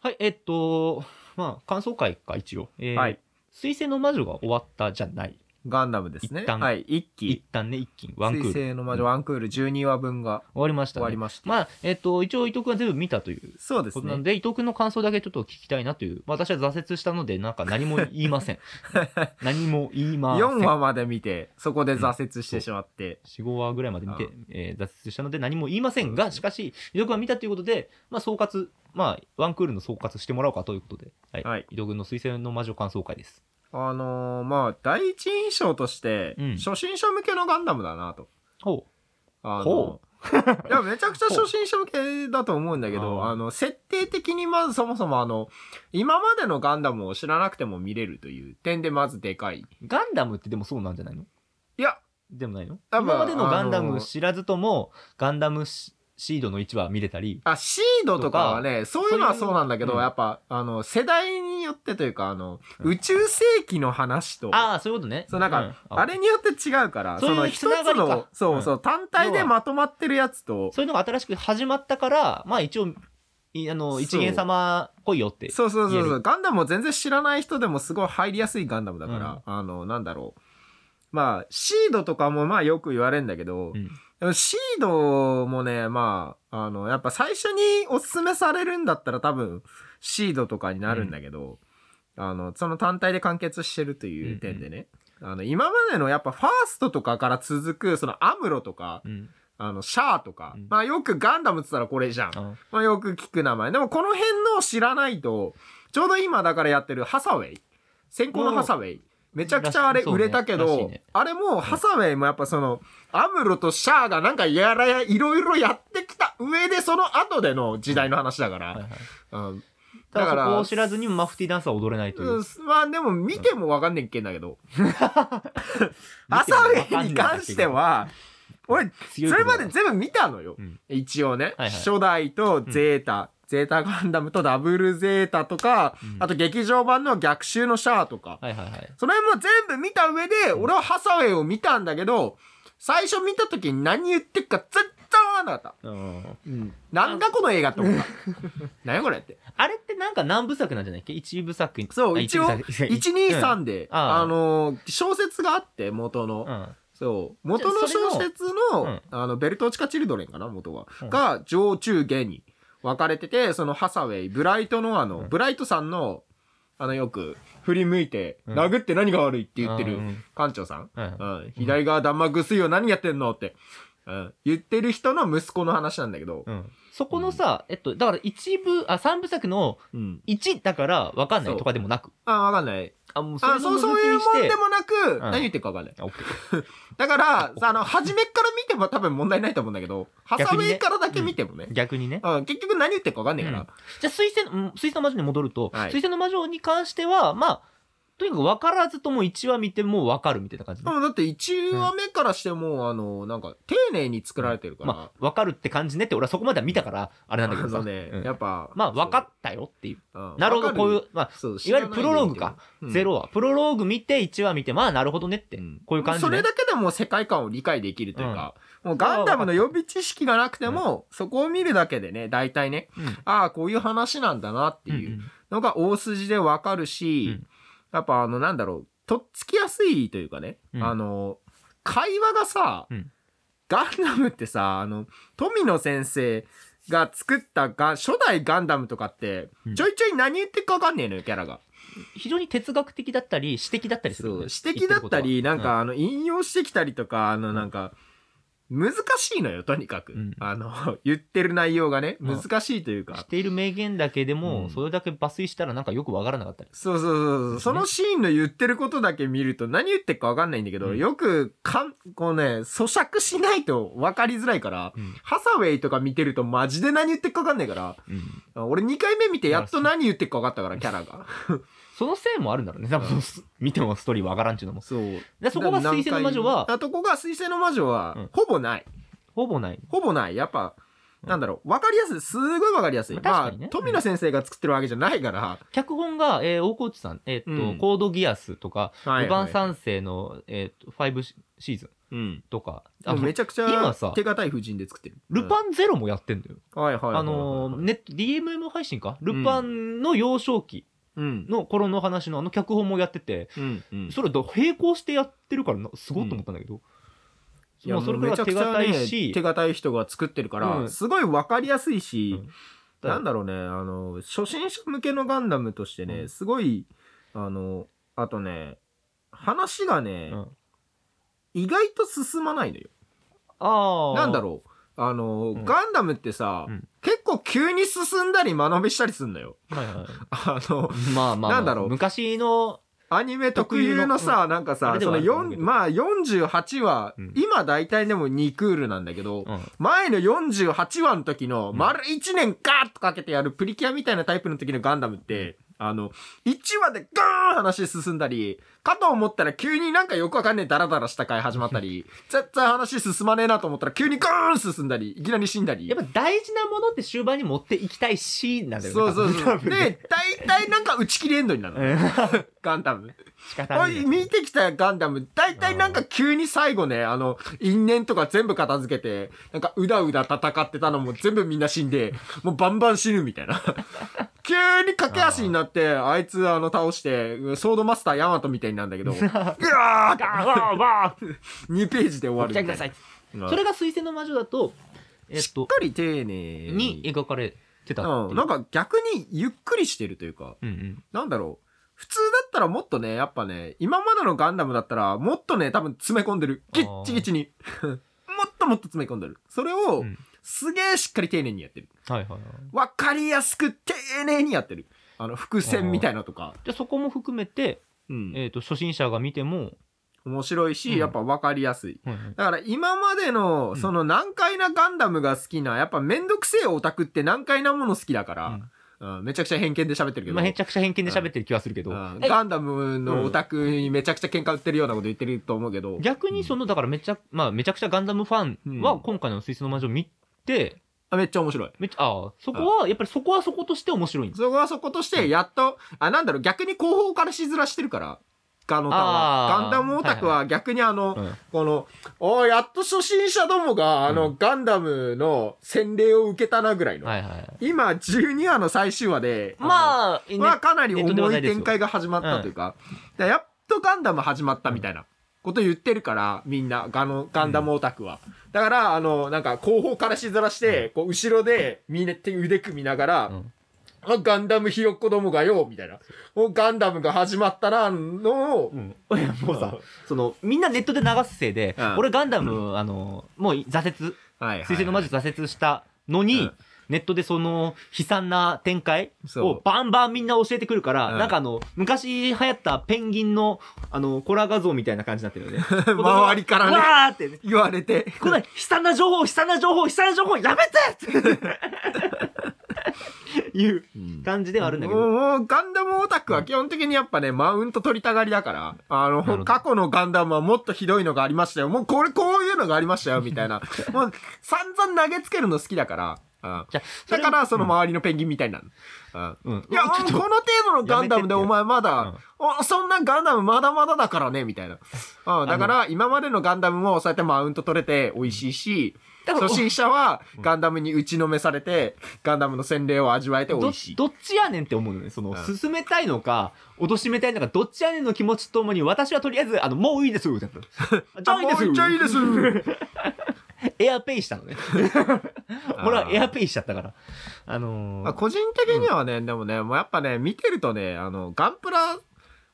はい、えっと、まあ、感想会か、一応。えーはい。水星の魔女が終わったじゃない。ガンダムですね。一旦はい。一一期。旦ね、一気にワン水クール。終星の魔女ワンクール12話分がわりました、終ね。わりました。まあ、えっと、一応伊藤君は全部見たというそうですことなのね。で、伊藤君の感想だけちょっと聞きたいなという。私は挫折したので、なんか何も言いませ ん。何も言いません。 4話まで見て、そこで挫折してしまって。 4、5話ぐらいまで見てう、えー挫折したので何も言いませんが、しかし、伊藤君は見たということで、まあ、総括、まあ、ワンクールの総括してもらおうかということで、はい。はい伊藤君の推薦の魔女感想会です。あのーまあ、第一印象として、うん初心者向けのガンダムだなと。ほあのほいや、めちゃくちゃ初心者向けだと思うんだけほうど、あの、設定的にまずそもそもあの、今までのガンダムを知らなくても見れるという点でまずでかい。う。ガンダムってでもそうなんじゃないのいや、でもないの多分今までのガンダあムの知らずとも、ガンダムシシードの1話見れたり、あ、シードとかはね、そういうのはそうなんだけそうど、いうのやっぱ、あの、世代によってというか、あの、うん宇宙世紀の話と、ああ、そういうことね。そうなんか、んあれによって違うから、そういうのつながりかの、そうそう、単体でまとまってるやつと、そういうのが新しく始まったから、まあ一応、いあの、そう一元様来いよって。そうそうそ言えうるそう。ガンダムを全然知らない人でもすごい入りやすいガンダムだから、あの、なんだろう。まあ、シードとかもまあよく言われるんだけど、うんでもシードもね、まあ、あの、やっぱ最初におすすめされるんだったら多分、シードとかになるんだけど、あの、その単体で完結してるという点でね、あの、今までのやっぱファーストとかから続く、そのアムロとか、うん。あの、シャアとか、うんまあよくガンダムって言ったらこれじゃん。あまあ、よく聞く名前。でもこの辺のを知らないと、ちょうど今だからやってるハサウェイ。先行のハサウェイ。めちゃくちゃあられしそう売ねれたけらしど、いねあれもハサウェイもやっぱその、アムロとシャアがなんかやらや、いろいろやってきた上でその後での時代の話だはかいら。はい。うん。ただだかからら、そこを知らずにマフティーダンスは踊れないというう。んまあでも見てもわかんねえっけんだ けど。見ハてもサわウかんねえんだけどェイに関しては、俺、そ強いこれとだまで全部見たのよ。うん一応ね、はいはい初代とゼータ、ゼータガンダムとダブルゼータとか、うんあと劇場版の逆襲のシャアとか、はいはいはい。その辺も全部見た上で、ん俺はハサウェイを見たんだけど、最初見た時に何言ってっか全然わかんなかった。うんなんだこの映画って思 った。何やこれって。あれってなんか何部作なんじゃないっけ一部作に。そうあ一応部 作1、2、。3で、あああのー小説があって、元の。うんうん。そう。元じのゃあそ小れ説の、うんあの、ベルトーチカ・チルドレンかな、元は。うんが、上中下に分かれてて、そのハサウェイ、ブライトのあの、うんブライトさんの、あの、よく、振り向いて、うん殴って何が悪いって言ってうる、ん館長さん。うんうん。左側弾幕水を何やってんのって、うん。言ってる人の息子の話なんだけど、うんそこのさ、えっと、だから一部、あ、三部作のうん。 1だから分かんなそいうとかでもなく。あ、わかんない。あ、もうあ、そう、そういうもんでもなく、ん何言ってるかわかんない。あオッケーだから、あの、初めっから見ても多分問題ないと思うんだけど、ハサウェイからだけ見てもね、逆にね。うん、結局何言ってるか分かんねえから。うんじゃあ、水星の、うん水星の魔女に戻ると、はい水星の魔女に関しては、まあ、とにかく分からずとも1話見ても分かるみたいな感じね、でもだって1話目からしてもう、あの、なんか、丁寧に作られてるから。まあ、分かるって感じねって、俺はそこまでは見たから、あれなんだけどあさ。のね、うんやっぱ。まあ、分かっったよっていう。た。うんなるほど、こういわう、まあ、かそう、いわゆるプロローグかゼっロ話。プロローグ見て、1話見て、まあ、なるほどねっててう。んこういう感じねそれだけでもう世界観を理解できるというか、もうガンダムの予備知識がなくても、そこを見るだけでね、大体ね、うん。っああ、こういう話なんだなっていうのが大筋でわかるし、うんやっぱあの、なんだろう、とっつきやすいというかね、うんあの、会話がさ、うんガンダムってさ、あの、富野先生が作ったが初代ガンダムとかって、うんちょいちょい何言ってるかわかんねえのよ、キャラが。非常に哲学的だったり、詩的だったりすそるよね、う指摘だったり、言なっんてることはか、あの、引用してきたりとか、あの、なんか、難しいのよ、とにかく。うんあの、 言ってる内容がね、うん難しいといううんか。している名言だけでも、うんそれだけ抜粋したらなんかよく分からなかったり。そうそうそうそう。そのシーンの言ってることだけ見ると何言ってるかわかんないんだけど、うんよくかん、こうね、咀嚼しないと分かりづらいから、うんハサウェイとか見てるとマジで何言ってるかわかんないから、うんあ俺2回目見てやっと何言ってるか分かったから、キャラが。そのせいもあるんだろうね。多分、見てもストーリー分からんっていうのも。そう。で そこが水星の魔女は、あとこが水星の魔女は、うんほぼない。ほぼない。ほぼない。やっぱ、うんなんだろう、分かりやすい。すごい分かりやすい。まあ確かにねまあ、富野先生が作ってるわけじゃないから、脚本が、えー大河内さん、えーっと、うんコードギアスとか、はいルヴァン三世の、えーっと、5シーズンうん。とか、もあうのめちゃくちゃ今さ手堅い夫人で作ってる。ルパンゼロもやってんだよ。ン、はいはいはいはいあのー、ネット、DMM 配信かルパンの幼少期うん。の頃の話のあの脚本もやってて、うん。うん。それと並行してやってるからな、すごいと思ったんだけど。いやもうそれくらい手堅いし、ね、手堅い人が作ってるから、うんすごい分かりやすいし、うんなんだろうねあの初心者向けのガンダムとしてね、うんすごいあのあとね話がね、うん意外と進まないのよああ。なんだろうあの、んガンダムってさ、うん結構急に進んだり間延びしたりすんのよ はいはい。あのまあまあ、 なんだろう昔の、アニメ特有のさ、なんかあされでそはのあると思うけ4どまあ48話、うん今大体でも2クールなんだけど、うん前の48話の時のうん丸1年ガーッとかけてやるプリキュアみたいなタイプの時のガンダムって、あの、1話でガーン話進んだり、かと思ったら急になんかよくわかんねえダラダラした回始まったり、絶対話進まねえなと思ったら急にガーン進んだり、いきなり死んだり。やっぱ大事なものって終盤に持っていきたいし、なんだよね。そうそうそ多う。分ねで、大体なんか打ち切りエンドになるの。うんガンダム。 仕方お、ないい。見てきたガンダム、大体なんか急に最後ね、あの、因縁とか全部片付けて、なんかうだうだ戦ってたのも全部みんな死んで、もうバンバン死ぬみたい な。急に駆け足になって、あいつあの倒して、うんソードマスターヤマトみたいになるん だけど、うわーガーわーわー !2 ページで終わ ごる期み待くたいな。ださい。うんそれが水星の魔女だと、えっしっと、かり丁寧に描かれてたっていううん、なんか逆にゆっくりしてるというか、うんうん。なんだろう。普通だったらもっとね、やっぱね、今までのガンダムだったら、もっとね、多分詰め込んでる。あギーッチギチに。 もっともっと詰め込んでる。それを、うんすげえしっかり丁寧にやってる。はいはいはい。わかりやすく丁寧にやってる。あの、伏線みたいなとか。じゃあそこも含めて、うん。えっと、初心者が見ても、面白いし、うんやっぱわかりやすい。はいはいだから今までの、んその難解なガンダムが好きな、やっぱめんどくせえオタクって難解なもの好きだから、うんめちゃくちゃ偏見で喋ってるけど。今、めちゃくちゃ偏見で喋ってる気はするけど、うんえガンダムのオタクにめちゃくちゃ喧嘩売ってるようなこと言ってると思うけど、逆にその、だからめちゃ、まあ、めちゃくちゃガンダムファンうは、ん今回の水星の魔女を見て、あめっちゃ面白い。めっちゃ、ああ、そこは、やっぱりそこはそことして面白いんです。そこはそことして、やっと、あ、なんだろう、逆に後方からしずらしてるから、ガノタは。あーガンダムオタクは逆にあの、うんこの、おーやっと初心者どもが、あの、うガンダムの洗礼を受けたなぐらいの。はいはい。今、12話の最終話で、あまあ、ねの、まあ、かなりネットで話重い題ですよ展開が始まったというか、でやっとガンダム始まったみたいなこと言ってるから、みんな、ガノ、ガンダムオタクは。だから、あの、なんか、後方からしずらして、こう、後ろで、みんな手腕組みながら、うんあガンダムひよっこどもがよ、みたいな。おガンダムが始まったな、のを、 いやもうさ、その、みんなネットで流すせいで、うん俺ガンダム、あの、もう挫折、はい水星の魔女挫折したのに、うんネットでその悲惨な展開そうをバンバンみんな教えてくるから、うんなんかあの、昔流行ったペンギンの、あの、コラ画像みたいな感じになって るよね。周りからねわーって、ね、言われて。この悲惨な情報、悲惨な情報、悲惨な情報、やめて っていう感じではあるんだけもどう、もうガンダムオタクは基本的にやっぱね、マウント取りたがりだから、あなるほの、ど過去のガンダムはもっとひどいのがありましたよ。もうこれ、こういうのがありましたよ、みたいな。もう、散々投げつけるの好きだから。うんじゃあそだれから、その周りのペンギンみたいになる。うんうん、いや、うんこの程度のガンダやめてムでってお前まだ、おそんなガンダムまだまだだからね、みたいな。うん、だから、今までのガンダムもそうやってマウント取れて美味しいし、だから初心者はガンダムに打ちのめされて、ガンダムの洗礼を味わえて美ど味しい。どっちやねんって思うのね。その、うん進めたいのか、貶めたいのか、どっちやねんの気持ちとともに、私はとりあえず、あの、もういいですよ、じゃあじゃあいいです あもうよじゃあいいです エアペイしたの ね。俺はエアペイしちゃったから。あのーまあ、個人的にはね、でもね、もうやっぱね、見てるとね、あの、ガンプラ、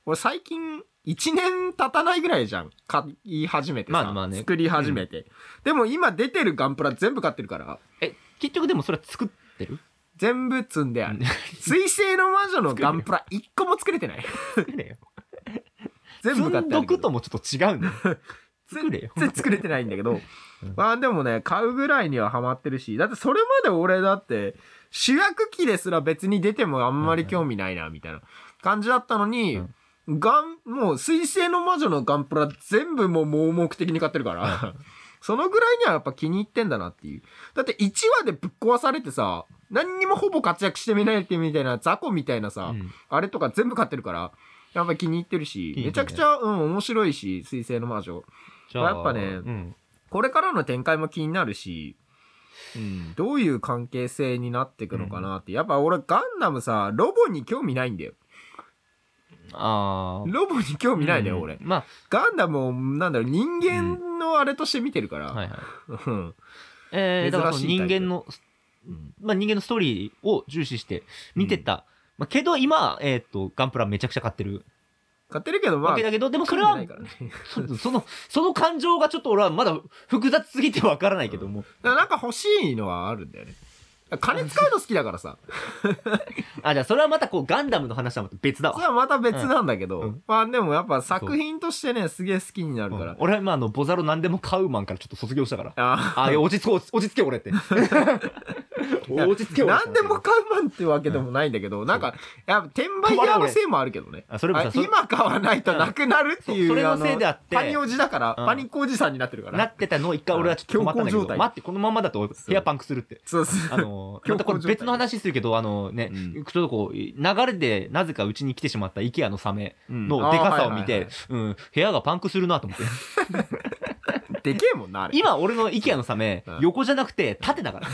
俺最近、1年経たないぐらいじゃん。買い始めてさ。まあまあね作り始めて、でも今出てるガンプラ全部買ってるから、え、結局でもそれは作ってる全部積んであるうん。水星の魔女のガンプラ1個も作れ てない。作れよ。 全積部買っんてあどるけくどと。もちょっと違 うんだよ。作れよ。全然作れてないんだけどうん。まあでもね、買うぐらいにはハマってるし、だってそれまで俺だって、主役機ですら別に出てもあんまり興味ないな、みたいな感じだったのに、ガン、もう水星の魔女のガンプラ全部もう盲目的に買ってるから、そのぐらいにはやっぱ気に入ってんだなっていう。だって1話でぶっ壊されてさ、何にもほぼ活躍してみないってみたいな雑魚みたいなさ、うんあれとか全部買ってるから、やっぱ気に入ってるし、いいねめちゃくちゃ、うん、面白いし、水星の魔女。じゃあ、やっぱねうん。これからの展開も気になるし、うん、どういう関係性になっていくのかなって。やっぱ俺、ガンダムさ、ロボに興味ないんだよ。ああ。ロボに興味ないね、うん俺。まガンダムを、なんだろう、人間のあれとして見てるかあ、ら。はいはい。うんえー、だからその珍しい人タイプ間の、まあ人間のストーリーを重視して見てた。まあ、けど今、えーっと、ガンプラめちゃくちゃ買ってる買ってるけど、まわあけ、だけど、でもそ興味れはない、からね。そその、その感情がちょっと俺はまだ複雑すぎてわからないけども。だからなんか欲しいのはあるんだよね。金使うの好きだからさ。あ、じゃあそれはまたこうガンダムの話はまた別だそわ。れはまた別なんだけど、うんうんまあでもやっぱ作品としてね、すげえ好きになるから。うん俺は今あの、ボザロ何でも買うマンからちょっと卒業したから。ああ、いや落ち着こう、落ち着け俺 って。落ち着け俺。何でも買うマンってわけでもないんだけど、なんか、やっぱ転売屋のせいもあるけどね。あそれもあさ、それ今買わないとなくなるっていう、そうそれのあせいであってパニおじだから、うんパニックおじさんになってるかなら。ってたのを一回俺はちょっと止まったんだけ強行状ど、態待って、このままだとヘアパンクするって。そうそう。あの 強ま行状態たこれ別の話するけど、あのね、うんちょっとこう、流れでなぜかうちに来てしまった IKEA のサメうんのでかさを見、あはいてはい、うん、部屋がパンクするなと 思って。はいでけえもんな、あれ。今俺の IKEA のサメうん、横じゃなくて縦 だから。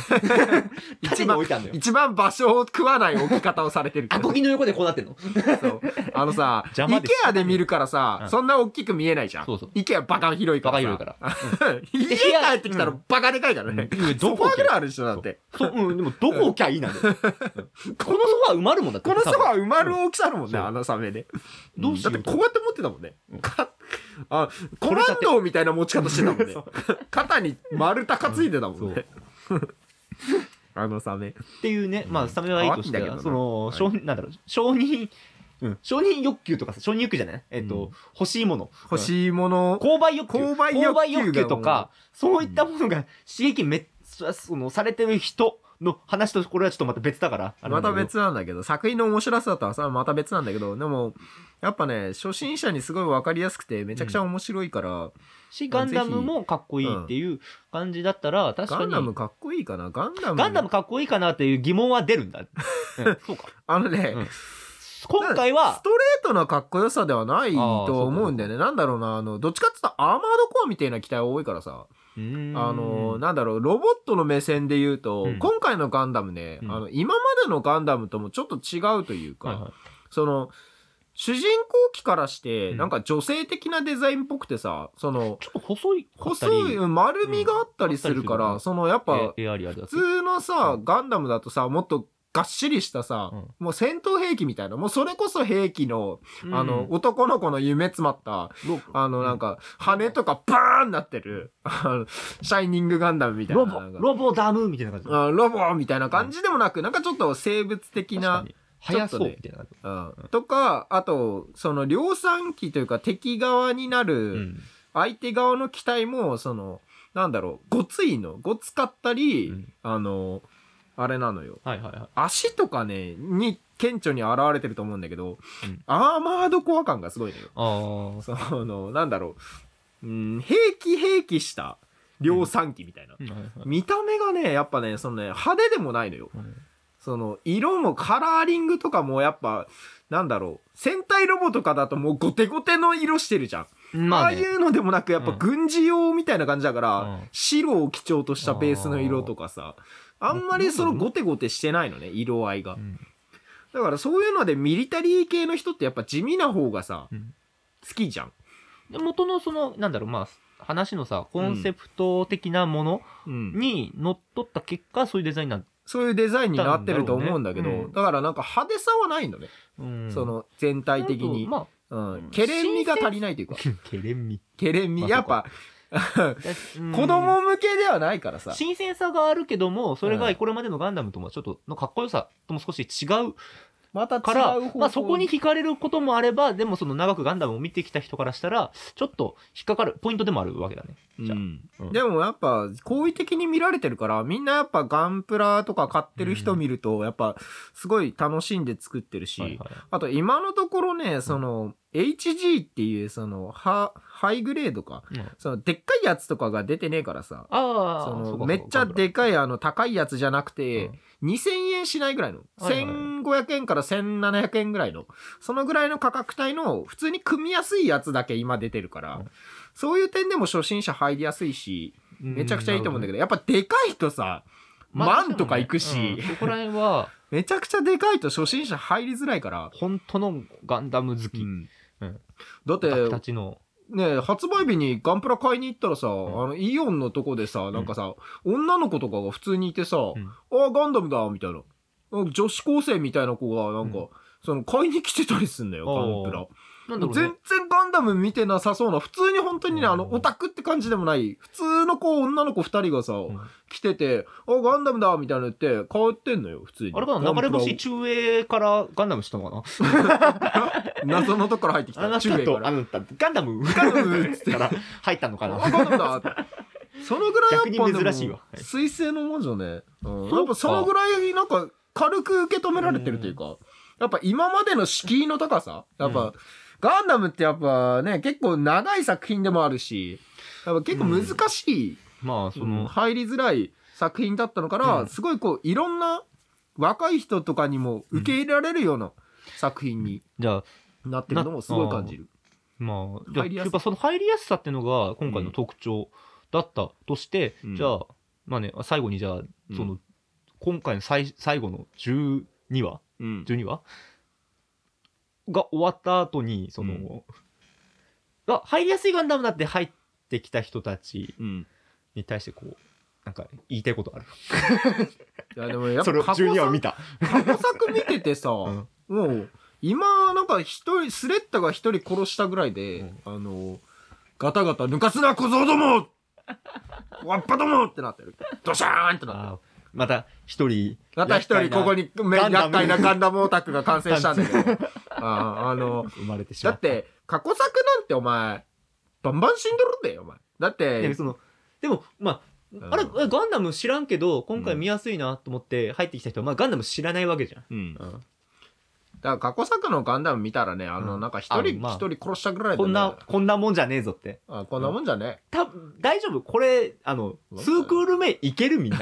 縦に置いたんだよ。一番場所を食わない置き方をされてるかアらコギの横でこうなってんの。そうあのさ、邪魔で IKEA で見るからさ、うんそんな大きく見えないじゃん。そうそう IKEA バカ広いからさ。バカ広いからら。 家帰ってきたらうんバカでかいからね。うんソどフこァーぐらいあるでしょ、だって。そう、うん、でもどこ置きゃいいなん だよ。このソファ埋まるもんだって。このソフ多ァ埋まる大きさあるもんね、そうあのサメで。どうしようだってこうやって持ってたもんねうん。かあ、コランドみたいな持ち方してたもんねそう。肩に丸太担いでたもんうんそねう。あのサメ。分っていうね、まあサメはいいとして可愛いんだけどなその、はい承認、なんだろう、承認、うん承認欲求とかさ、承認欲求じゃないえっ、と、うん欲しいもの。欲しいもの、購買欲求購買欲求が購買欲求とかそういったものが刺激めっそのされてる人の話とこれはちょっとまた別だからあれなまんだたけど別なんだけど、作品の面白さとはさ、また別なんだけど、でも、やっぱね、初心者にすごい分かりやすくて、めちゃくちゃ面白いから、しガンダムもかっこいいっていう感じだったら確かガにンダムかっこいいかなガンダム。ガンダムかっこいいかなっていう疑問は出るん だ、うんそうかあのね、うん今回はストレートなかっこよさではないと思うんだよね。なんだろうな、あの、どっちかっていうとアーマードコアみたいな機体が多いからさ、うーんあの、なんだろう、ロボットの目線で言うと、うん今回のガンダムね、うんあの、今までのガンダムともちょっと違うというか、はいはいその、主人公機からして、うんなんか女性的なデザインっぽくてさ、その、ちょっと細いかったり細い丸みがあったりするから、うんあったりするからそのやっぱ、えエアリアルだ普通のさう、ガンダムだとさ、もっとがっしりしたさ、うんもう戦闘兵器みたいな、もうそれこそ兵器の、あうの、ん男の子の夢詰まった、ロあの、なんか、羽とかバーンなってる、あの、シャイニングガンダムみたいな。ロなんボかロボダムみたいな感じうんロボみたいな感じでもなく、なんかちょっと生物的な確か、に速そうみたいな感じうんとか、あと、その量産機というか敵側になうるん相手側の機体も、その、なんだろう、ごついの、ごつかったり、うんあの、あれなのよ。はいはいはい足とかね、に顕著に現れてると思うんだけど、うんアーマードコア感がすごいのよ。あーその、なんだろう、うん、兵器兵器した量産機みたいな。うんはいはい見た目がね、やっぱね、そのね、派手でもないのよ。その、色もカラーリングとかもやっぱ、なんだろう、戦隊ロボとかだともうゴテゴテの色してるじゃん。あまああ、ね、いうのでもなく、やっぱうん軍事用みたいな感じだから、うん白を基調としたベースの色とかさ、あんまりそのゴテゴテしてないのね、色合いがう。んだからそういうのでミリタリー系の人ってやっぱ地味な方がさ、うん好きじゃん。で元のそのなんだろうまあ話のさコンセプト的なものにのっとった結果、そういうデザインなん、そういうデザインになってると思うんだけど、だだろうねうんからなんか派手さはないのね、うんその全体的に。まうん。ケレン味が足りないというかあ、けれんみケレンま味。あやっぱ、子子供向けではないからさ。新鮮さがあるけどもそれうがんこれまでのガンダムともちょっとのかっこよさとも少し違うまた違うから方向まあ、そこに惹かれることもあればでもその長くガンダムを見てきた人からしたらちょっと引っかかるポイントでもあるわけだねじゃあうんうんでもやっぱ、好意的に見られてるから、みんなやっぱガンプラとか買ってる人見ると、やっぱ、すごい楽しんで作ってるし、はいはいあと今のところね、その、HG っていう、その、ハ、ハイグレードか、うんその、でっかいやつとかが出てねえからさ、ああそそうかそうの、かめっちゃでかい、あの、高いやつじゃなくて、うん2000円円しないぐらいの、はいはい1500円から1700円ぐらいのそのぐらいの価格帯の普通に組みやすいやつだけ今出てるから、うんそういう点でも初心者入りやすいしめちゃくちゃいいと思うんだけど、ど、やっぱでかいとさ万とか行くし、そこら辺はめちゃくちゃでかいと初心者入りづらいから、本当のガンダム好き、うんだって僕たちのね発売日にガンプラ買いに行ったらさ、んあのイオンのとこでさなんかさ、女の子とかが普通にいてさ「うんああガンダムだ」みたいな女子高生みたいな子がなんか、うんその買いに来てたりすんだよガンプラなんだろうね全然ガンダム見てなさそうな普通に本当にね、うんあのオタクって感じでもない普通の子女の子2人がさ、ん来てて「あガンダムだ」みたいなの言って買ってんのよ普通にあれかな流れ星中英からガンダムしたのかな 謎のところ入ってきあたな中た英かとらあなたガンダムガンダムっつっ てから入ったのかなあガンダムだってそのぐらいやっぱ逆に珍しいわはい水星の魔女ね、うそん、うかやっぱそのぐらいなんか軽く受け止められてるというか、やっぱ今までの敷居の高さやっぱ、うんガンダムってやっぱね結構長い作品でもあるしやっぱ結構難しい、まあそうんの、入りづらい作品だったのから、うんすごいこういろんな若い人とかにも受け入れられるような作品にじゃあなってるのもすごい感じる。まあじゃあ入りややすっぱその入りやすさっていうのが今回の特徴だったとして、うんじゃあまあね最後にじゃあその、今回の最最後の12話うん12話が終わった後にその、あ入りやすいガンダムだって入ってきた人たちうんに対してこうなんか言いたいことあるいやでもや っそぱれを過去12話を見作た、過去作見ててさ、んもう今なんか一人スレッタが一人殺したぐらいで、うんあのガタガタ抜かすな小僧ども わっぱどもってなってるドシャーンってなってるあーまた一人また一人ここにめガンダム厄介なガンダムオタクが完 成したんだけどあーあの生まれ てしだまっったて過去作なんてお前バンバン死んどるんだよお前だっでてそのでもまあ、うんあれえガンダム知らんけど今回見やすいなと思って入ってきた人は、まあ、ガンダム知らないわけじゃん、うんだうかんら過去作のガンダム見たらねあのうんなんか一人あまあ一人殺したぐらいでねこんなこんなもんじゃねえぞってあこんなもんじゃね多分大丈夫これあのツークール目いけるみん な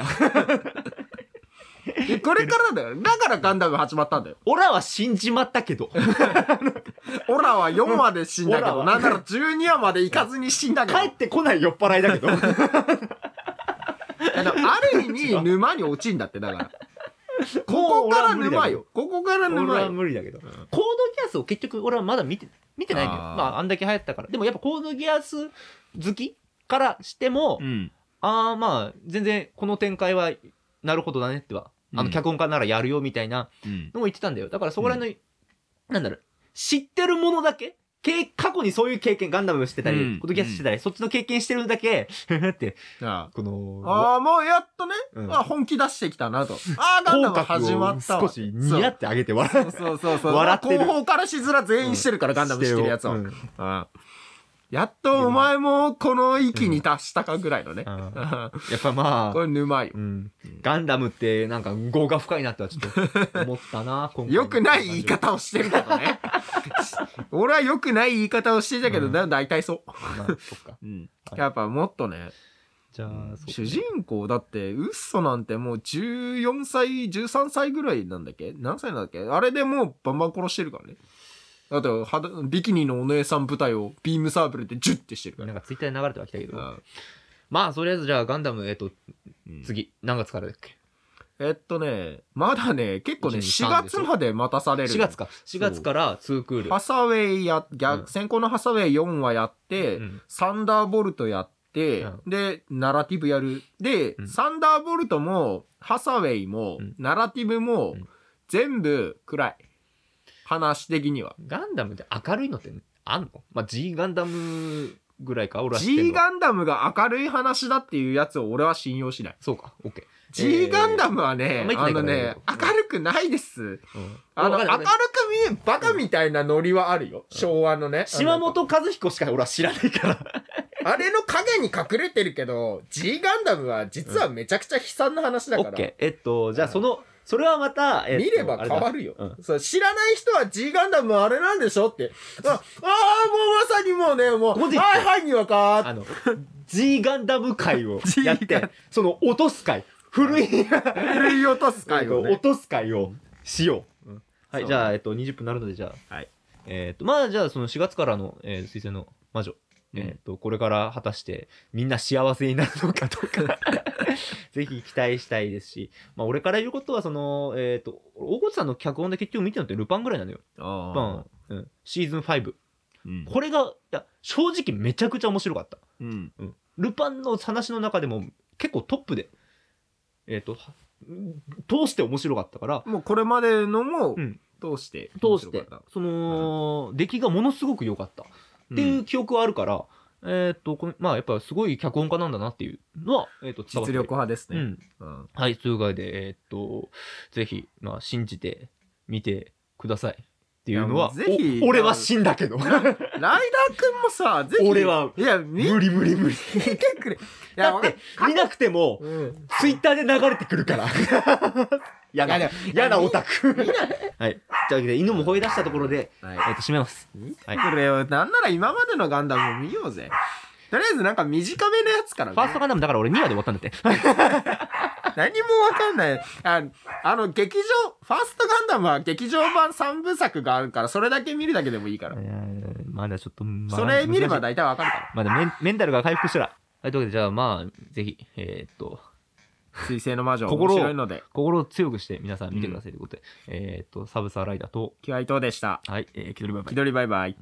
えこれからだよだからガンダム始まったんだよオラは死んじまったけどオラは4まで死んだけオど、ラはなんなら12話まで行かずに死んだけど。帰ってこない酔っ払いだ けどあのある意味沼に落ちんだって、だから。ここから沼よ。ここから沼俺はよ。無理だけどんコードギアスを結局俺はまだ見て見てないんだよあーまああんだけ流行ったからでもやっぱコードギアス好きからしても、うん。ああまあ全然この展開はなるほどだねってはあうんの脚本家ならやるよみたいなうん。のも言ってたんだよだからそこら辺の、なんだろう知ってるものだけけ過去にそういう経験ガンダムしてたり、うんコードギアスしてたり、そっちの経験してるだけ ってあこのあ、もうやっとね、うんあ本気出してきたなと。ああ、ガンダム始まったわ。口角を少しにやってあげて笑そうそうそうそう。笑ってる後方からしづら全員してるから、ガンダムしてるやつは。うんあやっとお前もこの域に達したかぐらいのね。うんあやっぱま こあ、れ沼よう。ん、ガンダムってなんか語が深いなってはちょっと思った な今回良くない言い方をしてるけど ね。俺は良くない言い方をしてたけど、うんだ大体そまあそっかう。はいやっぱもっとね、じゃあ、そう主人公だって、ウッソなんてもう14歳、13歳ぐらいなんだっけ何歳なんだっけあれでもうバンバン殺してるからね。だって肌、ビキニのお姉さん舞台をビームサーブルでジュッてしてるからなんね。かツイッターで流れてはきたけど、あまあとりあえずじゃあガンダムえっとうん次何月からだっけえっとね、まだね、結構ね、 1 2 3で4し月ょまで待たされる。 4月か4月からツークールハサウェイや、逆、うん先行のハサウェイ4話やって、うんサンダーボルトやって、うんで、ナラティブやる。で、うんサンダーボルトも、ハサウェイも、うんナラティブも、うん全部暗い。話的には。ガンダムって明るいのってあんのまあ G ガンダムぐらいか俺は知ってんの G ガンダムが明るい話だっていうやつを俺は信用しない。そうか OK、 G ガンダムはね、あんま言っあてなのいからね、明るくないです。うん、あの、わ明かるんくない見え、バカみたいなノリはあるよ。昭和のね。島本和彦しか俺は知らないからあれの影に隠れてるけど、G ガンダムは実はめちゃくちゃ悲惨な話だオかッらケ、ーえっとじゃあそのそれはまた、えっと見れば変わるよあれだ。そう知らない人は G ガンダムあれなんでしょって。あ、あーもうまさにもうね、もう、後日はいはいにわかーっあの G ガンダム会を G やってガンその落とす会古い振り落とす回を、ね落。とす会をしよう。はそい、うじゃあ、えっと、20分になるので、じゃあ、はいえっと、まあ、じゃあ、その4月からの、えー、推薦の魔女、うんえっと、これから果たして、みんな幸せになるのかどう か、ぜひ期待したいですし、まあ、俺から言うことは、その、えっと、大河内さんの脚本で結局見てるのってルパンぐらいなのよ。ルパあン、うん、シーズン5。ーうんこれが、いや、正直めちゃくちゃ面白かった。うん。ルパンの話の中でも結構トップで、えっ、と、は通して面白かったから、もうこれまでのもうん通して、通し面白てかっ、その、出来がものすごく良かったってたいうう記憶はあるから、えっ、と、このまあやっぱすごい脚本家なんだなっていうのは、えっ、と、伝実わって力派ですうね。ん。うんはい、というわけで、えっ、と、ぜひ、まあ信じてみてくださいっていうのいは、やぜひお俺は死んだ けど、ライダーくんもさ、ぜひ。俺は、いや、見無理無理無理。てくれ。いや、だって、見なくても、うん。ツイッターで流れてくるから。 やな、いややなオタク。はい。というわけで、犬も吠え出したところで、はいえっと、締めます。見てはい。くれよ。なんなら今までのガンダムも見ようぜ。とりあえずなんか短めのやつからファーストね。ガンダムだから俺2話で終わったんだって。何もわかんない。ああの、劇場、ファーストガンダムは劇場版3部作があるから、それだけ見るだけでもいいから。いやーまだちょっと、まあそれ見れば難し大体わかるから。いまだメンメンタルが回復したら。はい、というわけで、じゃあまあ、ぜひ、えーっと、水星の魔女、面心を白いので。心を強くして皆さん見てくださいということで、えーっと、サブサーライダーと、キワイトーでした。はい、えー、気取りバイバイ気。取りバイバイ。